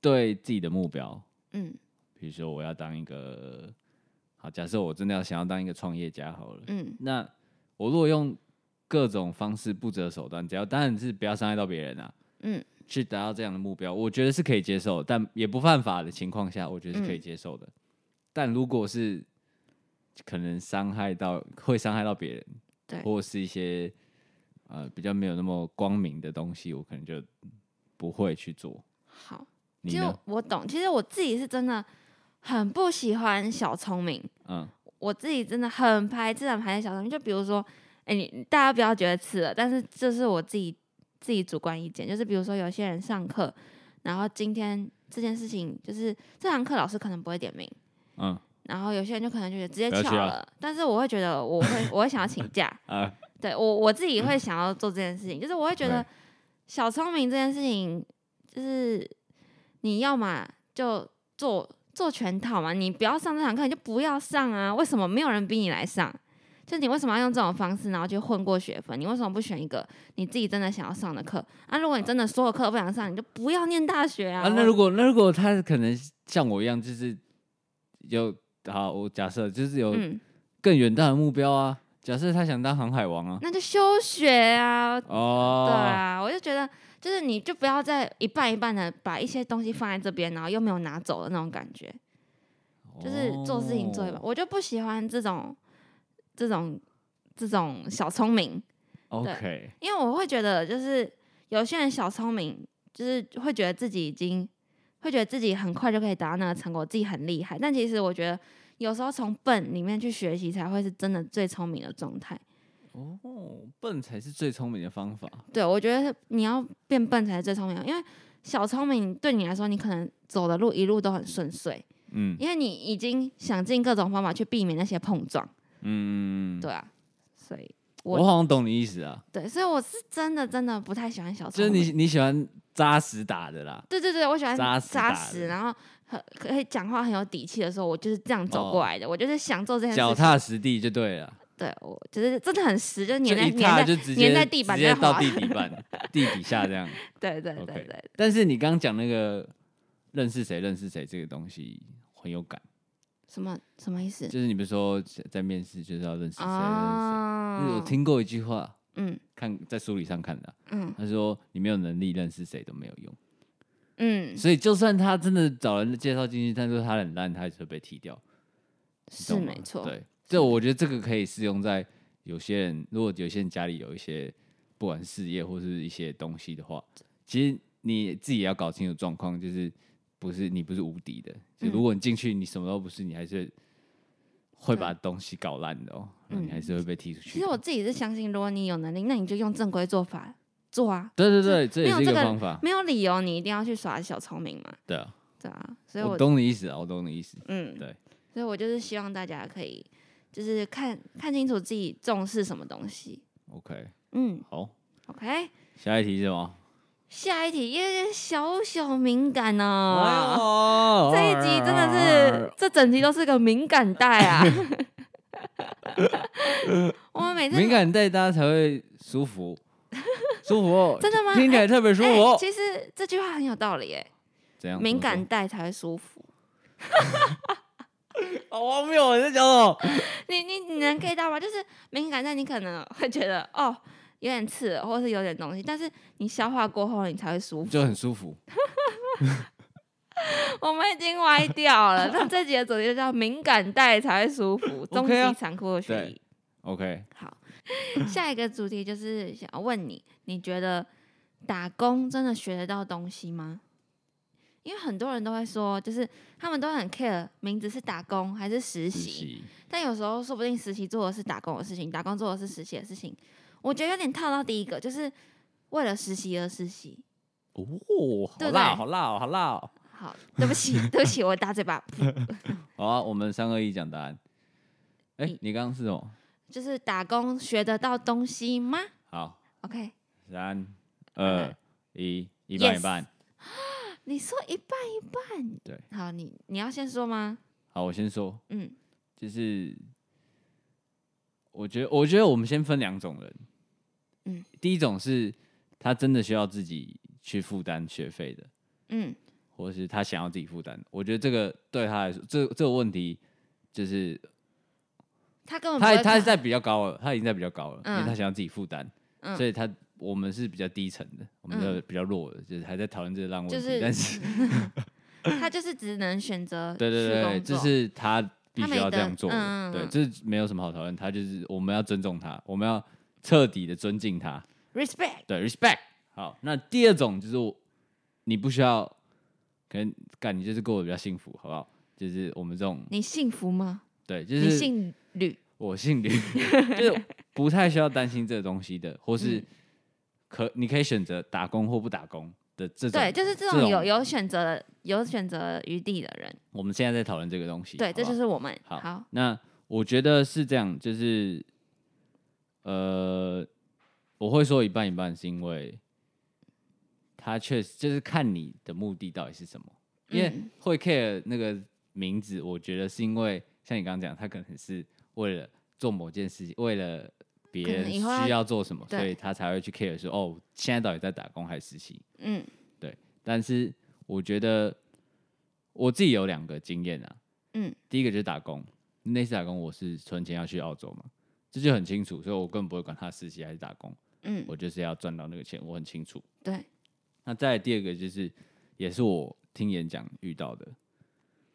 S3: 对自己的目标，
S4: 嗯
S3: 比如说我要当一个，好，假设我真的要想要当一个创业家好了，
S4: 嗯
S3: 那我如果用各种方式不择手段，只要当然是不要伤害到别人啊，
S4: 嗯，
S3: 去达到这样的目标，我觉得是可以接受，但也不犯法的情况下，我觉得是可以
S4: 嗯
S3: 接受的。但如果是可能伤害到会伤害到别人，
S4: 对
S3: 或是一些呃比较没有那么光明的东西，我可能就不会去做。
S4: 好。
S3: 你
S4: 其实
S3: 呢？
S4: 我懂，其实我自己是真的很不喜欢小聪明，
S3: 嗯，
S4: 我自己真的很排斥、很排斥小聪明。就比如说，哎、你大家不要觉得刺了，但是这是我自己自己主观意见，就是比如说有些人上课，然后今天这件事情就是这堂课老师可能不会点名，
S3: 嗯
S4: 然后有些人就可能就觉得直接
S3: 不要
S4: 翘
S3: 去啊
S4: 了，但是我会觉得我会我会想要请假，
S3: 啊，
S4: 对我我自己会想要做这件事情，就是我会觉得
S3: 嗯对
S4: 小聪明这件事情，就是你要嘛就做做全套嘛，你不要上这堂课你就不要上啊，为什么没有人逼你来上？就你为什么要用这种方式，然后去混过学分？你为什么不选一个你自己真的想要上的课？啊，如果你真的所有课都不想上，你就不要念大学啊。
S3: 啊，那
S4: 我
S3: 如果那如果他可能像我一样，就是有好，我假设就是有
S4: 嗯，
S3: 更远大的目标啊。假设他想当航海王啊，
S4: 那就休学啊，
S3: 哦，
S4: 对啊，我就觉得就是你就不要再一半一半的把一些东西放在这边，然后又没有拿走的那种感觉，就是做事情做一半。
S3: 哦
S4: 我就不喜欢这种这种这种小聪明，
S3: OK，
S4: 因为我会觉得就是有些人小聪明，就是会觉得自己已经会觉得自己很快就可以达到那个成果，自己很厉害。但其实我觉得有时候从笨里面去学习，才会是真的最聪明的状态。
S3: 哦，笨才是最聪明的方法。
S4: 对，我觉得你要变笨才是最聪明的，因为小聪明对你来说，你可能走的路一路都很顺遂，
S3: 嗯
S4: 因为你已经想尽各种方法去避免那些碰撞，
S3: 嗯，
S4: 对啊，所以
S3: 我
S4: 我
S3: 好像懂你意思啊，
S4: 对，所以我是真的真的不太喜欢小
S3: 就是
S4: 聪明。
S3: 你你喜欢扎实打的啦。
S4: 对对对，我喜欢
S3: 扎实
S4: 扎
S3: 打
S4: 实，
S3: 的
S4: 然后很可以讲话很有底气的时候，我就是这样走过
S3: 哦
S4: 来的，我就是想做这件
S3: 脚
S4: 事
S3: 踏
S4: 情。
S3: 实地就对了，
S4: 对，我就是真的很实，就是
S3: 就
S4: 粘在
S3: 一
S4: 粘
S3: 踏
S4: 在，
S3: 就直接
S4: 粘在地板
S3: 直接
S4: 在滑
S3: 到地底
S4: [LAUGHS]
S3: 板、地底下这样。
S4: 对对对
S3: OK
S4: 对，
S3: 但是你刚刚讲那个认识谁认识谁这个东西很有感，
S4: 什么什么意思？
S3: 就是你不是说在面试就是要认识谁认识谁，
S4: 嗯啊
S3: 就是我嗯听过一句话，
S4: 嗯
S3: 看在书里上看的啊、
S4: 嗯
S3: 他说你没有能力认识谁都没有用。
S4: 嗯，
S3: 所以就算他真的找人介绍进去，但是他很烂，他也是会被踢掉，你
S4: 是
S3: 懂吗
S4: 没错，
S3: 对，这我觉得这个可以适用在有些人，如果有些人家里有一些不管事业或是一些东西的话，其实你自己也要搞清楚状况，就是不是你不是无敌的，就
S4: 嗯
S3: 如果你进去你什么都不是，你还是会
S4: 对
S3: 把东西搞烂的哦，
S4: 嗯
S3: 你还是会被踢出去的。
S4: 其实我自己是相信，如果你有能力，那你就用正规做法做啊，
S3: 对对对，这
S4: 没
S3: 也
S4: 有
S3: 是一
S4: 这
S3: 个
S4: 个
S3: 方法，
S4: 没有理由你一定要去耍小聪明嘛，
S3: 对啊，
S4: 对啊，所以
S3: 我
S4: 我
S3: 懂你意思啊，我懂你意思，
S4: 嗯，
S3: 对，
S4: 所以我就是希望大家可以就是看看清楚自己重视什么东西，
S3: OK，
S4: 嗯
S3: 好，
S4: ，OK，
S3: 下一题是什么？
S4: 下一题，因为小小敏感呢、啊
S3: 哦
S4: 这一集真的是，哎这整集都是个敏感带
S3: [LAUGHS]
S4: 啊！ [LAUGHS] 我们每次
S3: 敏感带大家才会舒服，
S4: [LAUGHS]
S3: 舒服哦，
S4: 真的吗
S3: 听起来特别舒服
S4: 哎
S3: 哦。
S4: 其实这句话很有道理哎，
S3: 怎样？
S4: 敏感
S3: 怎么
S4: 带才会舒服。
S3: 说好荒谬哦！你在讲什么？
S4: 你你你能 get 到吗？就是敏感带，你可能会觉得哦有点刺耳，或是有点东西，但是你消化过后，你才会舒服。
S3: 就很舒服。
S4: 我们已经歪掉了，那这集的主题就叫敏感带才会舒服，终
S3: OK 啊
S4: 极残酷的学
S3: 对
S4: 习。
S3: OK，
S4: 好，下一个主题就是想要问你，你觉得打工真的学得到东西吗？因为很多人都会说，就是他们都很 care 名字是打工还是实
S3: 实
S4: 习，
S3: 习
S4: 但有时候说不定实习做的是打工的事情，打工做的是实习的事情。我觉得有点套到第一个，就是为了实习而实习。
S3: 哦，
S4: 对
S3: 好
S4: 不
S3: 辣，
S4: 对
S3: 好辣哦，好辣哦！
S4: 好，对不
S3: [LAUGHS]
S4: 起，对不起，我打嘴巴， [LAUGHS]
S3: 好啊，我们三二一讲答案。哎
S4: 你，
S3: 你刚刚是什么？
S4: 就是打工学得到东西吗
S3: 好，
S4: ？OK，
S3: 三二一，一半
S4: Yes
S3: 一半。
S4: 你说一半一半，
S3: 对，
S4: 好，你你要先说吗？
S3: 好，我先说，
S4: 嗯，
S3: 就是我觉得，我觉得我们先分两种人。
S4: 嗯，
S3: 第一种是他真的需要自己去负担学费的，
S4: 嗯
S3: 或是他想要自己负担。我觉得这个对他来说，这这个问题就是，
S4: 他根本不
S3: 他
S4: 会
S3: 他
S4: 看
S3: 在比较高了，他已经在比较高了，因
S4: 嗯
S3: 为他想要自己负担，
S4: 嗯
S3: 所以他我们是比较低层的，我们
S4: 嗯
S3: 就比较弱的，就是还在讨论这个烂问题，
S4: 就是
S3: 但是
S4: 他就是只能选择
S3: 对对
S4: 去
S3: 对对，
S4: 工
S3: 这
S4: 作
S3: 是他必须要这样做的，
S4: 他没得嗯嗯
S3: 对，
S4: 嗯
S3: 这是没有什么好讨论，他就是我们要尊重他，我们要彻底的尊敬他，
S4: respect，
S3: 对，respect。好，那第二种就是我你不需要，可能干你就是过得比较幸福，好不好？就是我们这种
S4: 你幸福吗？
S3: 对，就
S4: 你
S3: 是
S4: 姓吕，
S3: 我姓吕， [LAUGHS] 就是不太需要担心这个东西的，或是
S4: 嗯
S3: 可你可以选择打工或不打工的这种。
S4: 对，就是这
S3: 这
S4: 种
S3: 种
S4: 有有选择的有选择余地的人，
S3: 我们现在在讨论这个东西，
S4: 对，
S3: 好
S4: 这
S3: 不好
S4: 就是我们。
S3: 好，
S4: 好，
S3: 那我觉得是这样，就是呃，我会说一半一半，是因为他确实就是看你的目的到底是什么，因为
S4: 嗯
S3: 会 care 那个名字，我觉得是因为像你刚刚讲，他可能是为了做某件事情，为了。别
S4: 可能
S3: 人
S4: 以后要
S3: 需要做什么，
S4: 对
S3: 所以他才会去 care 说哦，现在到底在打工还是实习？
S4: 嗯
S3: 但是我觉得我自己有两个经验啊，
S4: 嗯，
S3: 第一个就是打工，那次打工我是存钱要去澳洲嘛，这就很清楚，所以我根本不会管他实习还是打工，
S4: 嗯，
S3: 我就是要赚到那个钱，我很清楚。
S4: 对，
S3: 那再来第二个就是，也是我听演讲遇到的，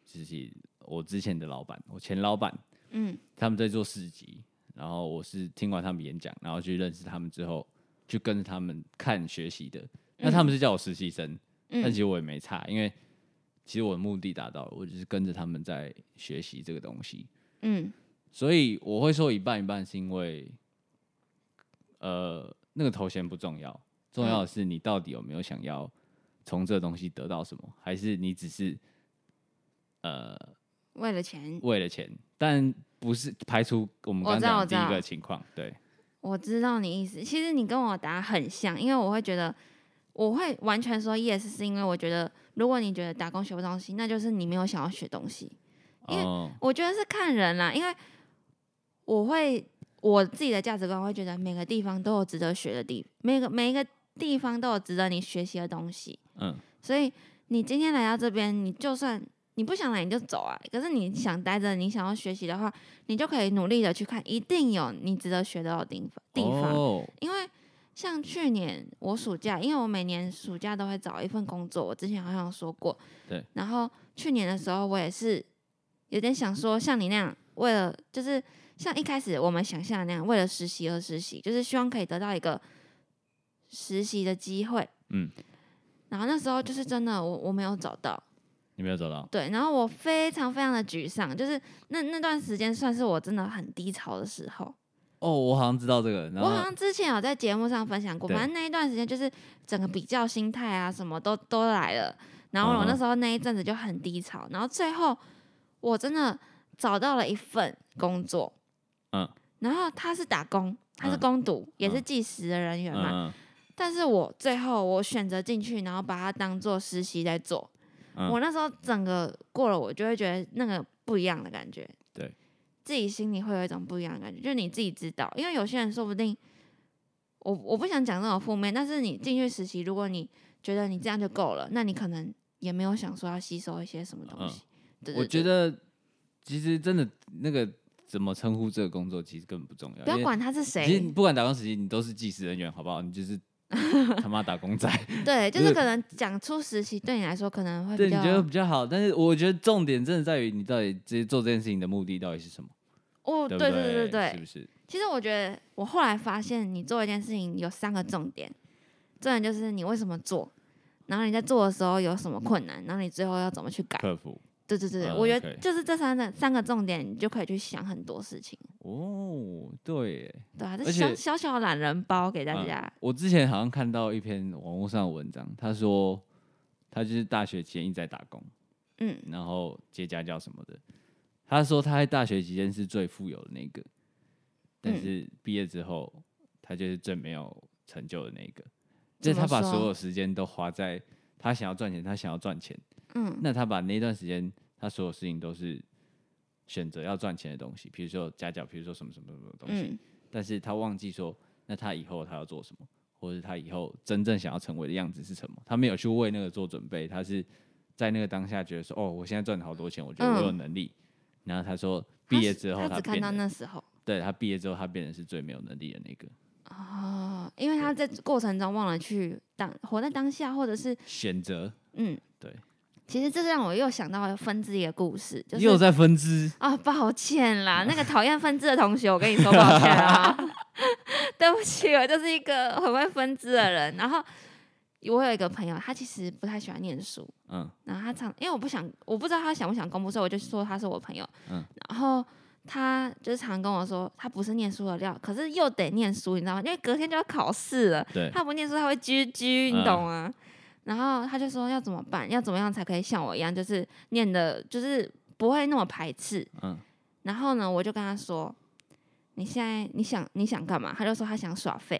S3: 就是我之前的老板，我前老板，
S4: 嗯
S3: 他们在做市集，然后我是听完他们演讲，然后去认识他们之后，去跟着他们看学习的。那他们是叫我实习生，但其
S4: 嗯
S3: 实我也没差，因为其实我的目的达到了，我就是跟着他们在学习这个东西，
S4: 嗯
S3: 所以我会说一半一半，是因为呃那个头衔不重要，重
S4: 嗯
S3: 要的是你到底有没有想要从这东西得到什么，还是你只是呃
S4: 为了钱，
S3: 为了钱，但不是排除我们
S4: 我
S3: 刚
S4: 知道
S3: 刚
S4: 我
S3: 讲
S4: 知
S3: 的第一
S4: 道
S3: 个情况，对，
S4: 我知道你意思。其实你跟我答很像，因为我会觉得，我会完全说 yes，是因为我觉得，如果你觉得打工学不到东西，那就是你没有想要学东西。因为
S3: 哦，
S4: 我觉得是看人啦，因为我会我自己的价值观会觉得每个地方都有值得学的地，每个每一个地方都有值得你学习的东西。
S3: 嗯，
S4: 所以你今天来到这边，你就算你不想来你就走啊，可是你想待着，你想要学习的话，你就可以努力的去看，一定有你值得学到的地方地方。
S3: 哦
S4: 因为像去年我暑假，因为我每年暑假都会找一份工作，我之前好像有说过。
S3: 对。
S4: 然后去年的时候，我也是有点想说，像你那样，为了就是像一开始我们想象的那样，为了实习而实习，就是希望可以得到一个实习的机会。
S3: 嗯。
S4: 然后那时候就是真的，我我没有找到，
S3: 你没有找到，
S4: 对，然后我非常非常的沮丧，就是那那段时间算是我真的很低潮的时候。
S3: 哦，我好像知道这个，然
S4: 我好
S3: 后嗯
S4: 像之前有在节目上分享过，
S3: 对
S4: 反正那一段时间就是整个比较心态啊，什么都都来了。然后
S3: 嗯
S4: 我那时候那一阵子就很低潮，然后最后我真的找到了一份工作，
S3: 嗯，
S4: 然后他是打工，他是
S3: 嗯
S4: 工读，也是
S3: 嗯
S4: 计时的人员嘛，
S3: 嗯
S4: 但是我最后我选择进去，然后把它当做实习在做。
S3: 嗯
S4: 我那时候整个过了，我就会觉得那个不一样的感觉，
S3: 对，
S4: 自己心里会有一种不一样的感觉，就是你自己知道，因为有些人说不定，我我不想讲这种负面，但是你进去实习，如果你觉得你这样就够了，那你可能也没有想说要吸收一些什么东西。对对
S3: 嗯我
S4: 对
S3: 觉得其实真的那个怎么称呼这个工作，其实根本不重要，
S4: 不要
S3: 因为
S4: 管他是
S3: 哎其实
S4: 谁，
S3: 不管打工时期，你都是计时人员，好不好？
S4: [LAUGHS]
S3: 你就是他妈打工仔，
S4: 对，就
S3: 不
S4: 是
S3: 是
S4: 可能讲出实习对你来说可能会
S3: 对，
S4: 比
S3: 你
S4: 较
S3: 觉，得比较好。但是我觉得重点真的在于你到底这做这件事情的目的到底是什么，
S4: 哦，
S3: 对
S4: 对
S3: 不
S4: 对
S3: 对
S4: 对对，
S3: 是不是？
S4: 其实我觉得，我后来发现，你做一件事情有三个重点，重点就是你为什么做，然后你在做的时候有什么困难，然后你最后要怎么去改。
S3: 客服
S4: 对对对，对
S3: 嗯
S4: 我觉得
S3: OK
S4: 就是这三个三个重点，你就可以去想很多事情，
S3: 哦，对耶，
S4: 对啊，这
S3: 而
S4: 小
S3: 且
S4: 小小的懒人包给大
S3: 嗯
S4: 家，
S3: 我之前好像看到一篇网络上的文章，他说他就是大学期间一直在打工，
S4: 嗯
S3: 然后接家教什么的。他说他在大学期间是最富有的那个，但
S4: 嗯
S3: 是毕业之后他就是最没有成就的那个，就
S4: 怎
S3: 是他
S4: 么
S3: 把所
S4: 说
S3: 有时间都花在他想要赚钱，他想要赚钱。
S4: 嗯
S3: 那他把那段时间他所有事情都是选择要赚钱的东西，比如说家教，比如说什么什么什么东西，
S4: 嗯，
S3: 但是他忘记说，那他以后他要做什么，或者他以后真正想要成为的样子是什么？他没有去为那个做准备，他是在那个当下觉得说，哦，我现在赚了好多钱，我觉得我有
S4: 嗯
S3: 能力。然后他说，
S4: 他
S3: 毕业
S4: 只
S3: 之后
S4: 他只看
S3: 变
S4: 到
S3: 得，
S4: 那时候
S3: 对他毕业之后他变得是最没有能力的那个，
S4: 哦，因为他在过程中忘了去当活在当下，或者是
S3: 选择
S4: 嗯，
S3: 对。
S4: 其实这让我又想到了分支一个故事，就是
S3: 又在分支，
S4: 啊，抱歉啦， [LAUGHS] 那个讨厌分支的同学，我跟你说抱歉
S3: [LAUGHS]
S4: 啊，对不起，我就是一个很会分支的人。然后我有一个朋友，他其实不太喜欢念书，
S3: 嗯
S4: 然后他常因为我不想，我不知道他想不想公布，所以我就说他是我朋友。
S3: 嗯
S4: 然后他就是常跟我说，他不是念书的料，可是又得念书，你知道吗？因为隔天就要考试了，
S3: 对，嗯
S4: 他不念书他会居居，你懂吗？然后他就说要怎么办，要怎么样才可以像我一样，就是念的，就是不会那么排斥。
S3: 嗯
S4: 然后呢，我就跟他说：“你现在你想你想干嘛？”他就说他想耍废。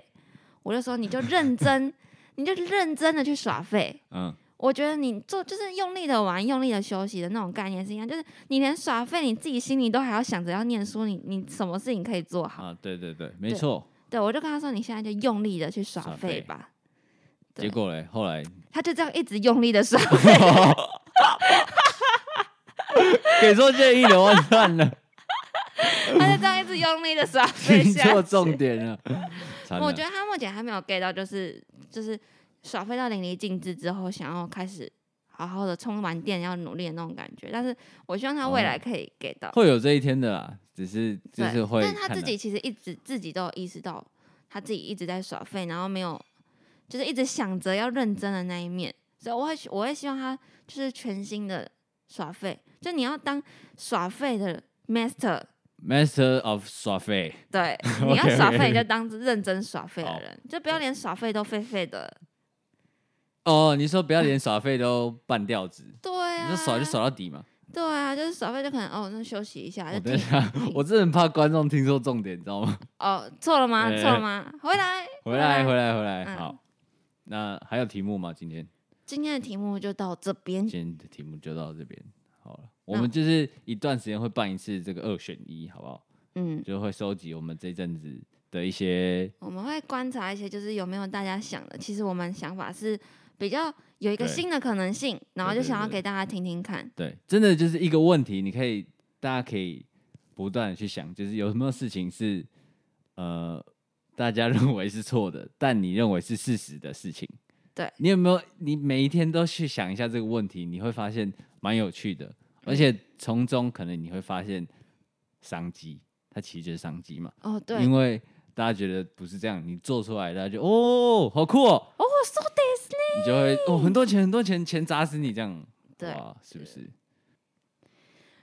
S4: 我就说你就认真，你就认真的去耍废。
S3: 嗯，
S4: 我觉得你做就是用力的玩，用力的休息的那种概念是一样，就是你连耍废你自己心里都还要想着要念书，你你什么事情可以做好？
S3: 啊，对对对，没
S4: 对
S3: 错。
S4: 对我就跟他说你现在就用力的去耍
S3: 耍
S4: 废
S3: 废
S4: 吧。对
S3: 结果嘞，后来
S4: 他就这样一直用力的耍废，
S3: 给错建议的我
S4: [LAUGHS]
S3: 算了，
S4: 他就这样一直用力的耍废
S3: 听
S4: 下
S3: 错
S4: 去。
S3: 重点了。惨
S4: 我
S3: 了
S4: 觉得他目前还没有 get 到，就是就是耍废到淋漓尽致之后，想要开始好好的充完电，要努力的那种感觉。但是我希望他未来
S3: 哦
S4: 可以 get 到，
S3: 会有这一天的啦，只是就
S4: 对，
S3: 是会
S4: 但是
S3: 看
S4: 他自
S3: 来
S4: 己其实一直自己都有意识到，他自己一直在耍废，然后没有就是一直想着要认真的那一面，所以我会我会希望他就是全心的耍废，就你要当耍废的 master。
S3: Master of 耍废，
S4: 对，你要
S3: [LAUGHS] OK，OK
S4: 耍废你就当认真耍废
S3: 好
S4: 的人，就不要连耍废都废废的。
S3: 哦，你说不要连耍废都半吊子，
S4: 对
S3: 你
S4: 啊，
S3: 就耍就耍。到底嘛。
S4: 对啊，就是耍废就可能哦，那休息一下
S3: 我
S4: 就
S3: 等一
S4: 停。
S3: 下，我真的很 [LAUGHS] 怕观众听错重点，你知道
S4: [LAUGHS]
S3: 吗？
S4: 哦，错了吗？
S3: 对
S4: 错了吗？回来，
S3: 回来，回。来，回来，
S4: 嗯
S3: 好。那还有题目吗？今天
S4: 今天的题目就到这边
S3: 今，天的题目就到这边好了。我
S4: 那
S3: 们就是一段时间会办一次这个二选一，好不好？
S4: 嗯，
S3: 就会收集我们这一阵子的一些
S4: 我们会观察一些，就是有没有大家想的。其实我们想法是比较有一个
S3: 对
S4: 新的可能性，然后就
S3: 对对
S4: 想要
S3: 对
S4: 给大家听听看。
S3: 对，真的就是一个问题，你可以大家可以不断的去想，就是有什么事情是呃大家认为是错的， [LAUGHS] 但你认为是事实的事情。
S4: 对
S3: 你有没有？你每一天都去想一下这个问题，你会发现蛮有趣
S4: 嗯
S3: 的，而且从中可能你会发现商机，它其实就是商机嘛。
S4: 哦，对，
S3: 因为大家觉得不是这样，你做出来大家就哦，好酷哦，
S4: 哦，说的
S3: 你就会哦，很多钱，很多钱，钱砸死你这样，
S4: 对
S3: 哇，是不是？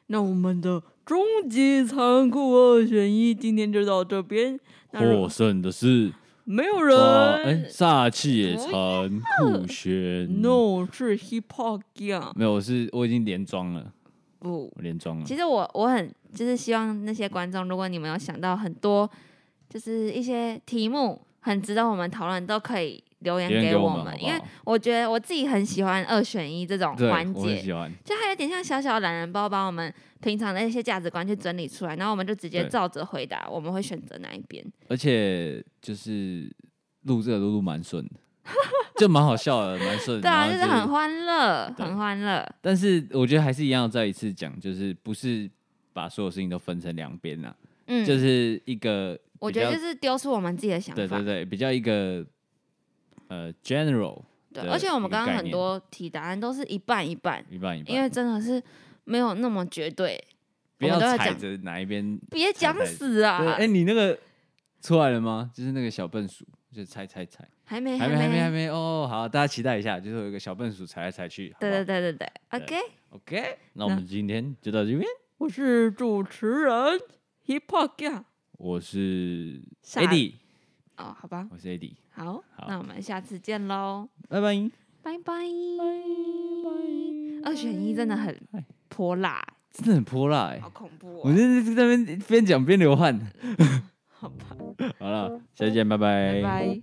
S1: 那我们的终极残酷二选一今天就到这边。那如
S3: 获胜的是
S1: 没有
S3: 哇，哎，
S1: 人
S3: 煞气也残酷轩
S1: ，no 是 hip hop gang，
S3: 没有，我是我已经连装了，
S4: 不，
S3: 我连装了
S4: 其。实我我很就是希望那些观众，如果你们有想到很多就是一些题目很值得我们讨论，都可以留言
S3: 留言
S4: 给
S3: 给
S4: 我
S3: 我们好不
S4: 因为
S3: 好
S4: 我觉得我自己很喜欢二选一这种
S3: 对，
S4: 环
S3: 我很
S4: 节，
S3: 喜欢。
S4: 就它有点像小小懒人包，把我们平常的一些价值观去整理出来，然后我们就直接
S3: 对
S4: 照着回答，我们会选择哪一边。
S3: 而且就是录这个都录蛮顺
S4: [LAUGHS]
S3: 的，就蛮好笑的，蛮顺。
S4: 对啊，
S3: 然后
S4: 就是很欢乐，
S3: 对
S4: 很欢乐。
S3: 但是我觉得还是一样，再一次讲，就是不是把所有事情都分成两边啦，
S4: 嗯，
S3: 就是一个
S4: 我
S3: 比
S4: 觉得
S3: 较
S4: 就是丢出我们自己的想法。
S3: 对对对，比较一个呃 general
S4: 对
S3: 的
S4: 而且我们
S3: 一个
S4: 刚刚
S3: 概
S4: 很
S3: 念
S4: 多题答案都是一半一半，
S3: 一半一
S4: 因
S3: 半，
S4: 为真的是没有那么绝对。
S3: 不
S4: 我们
S3: 要
S4: 都要
S3: 踩
S4: 讲，
S3: 着哪一边。
S4: 别讲
S3: 踩
S4: 死
S3: 对，
S4: 啊
S3: 哎、！你那个出来了吗？就是那个小笨鼠，就是猜猜猜，
S4: 哎还没，
S3: 还没还
S4: 没，
S3: 没还。没哦，好，大家期待一下，就是有一个小笨鼠踩来踩去，好不
S4: 对
S3: 好
S4: 对对对对
S3: 对
S4: ，OK，
S3: OK，那我们今天就到这边。
S1: 我是主持人 hip hop gang，
S3: 我是
S4: 傻嗯
S3: AD，
S4: 哦，好吧，
S3: 我是 AD，
S4: 好，
S3: 好
S4: 那我们下次见喽，
S3: 拜拜。
S4: 拜拜。二选一真的很
S3: 拜
S4: 泼辣，
S3: 真的很泼辣哎、
S4: 好恐怖
S3: 我
S4: 哦，
S3: 真的在那边边讲边流汗。 [LAUGHS]
S4: 好吧，
S3: 好了，下次见，拜
S4: 拜拜。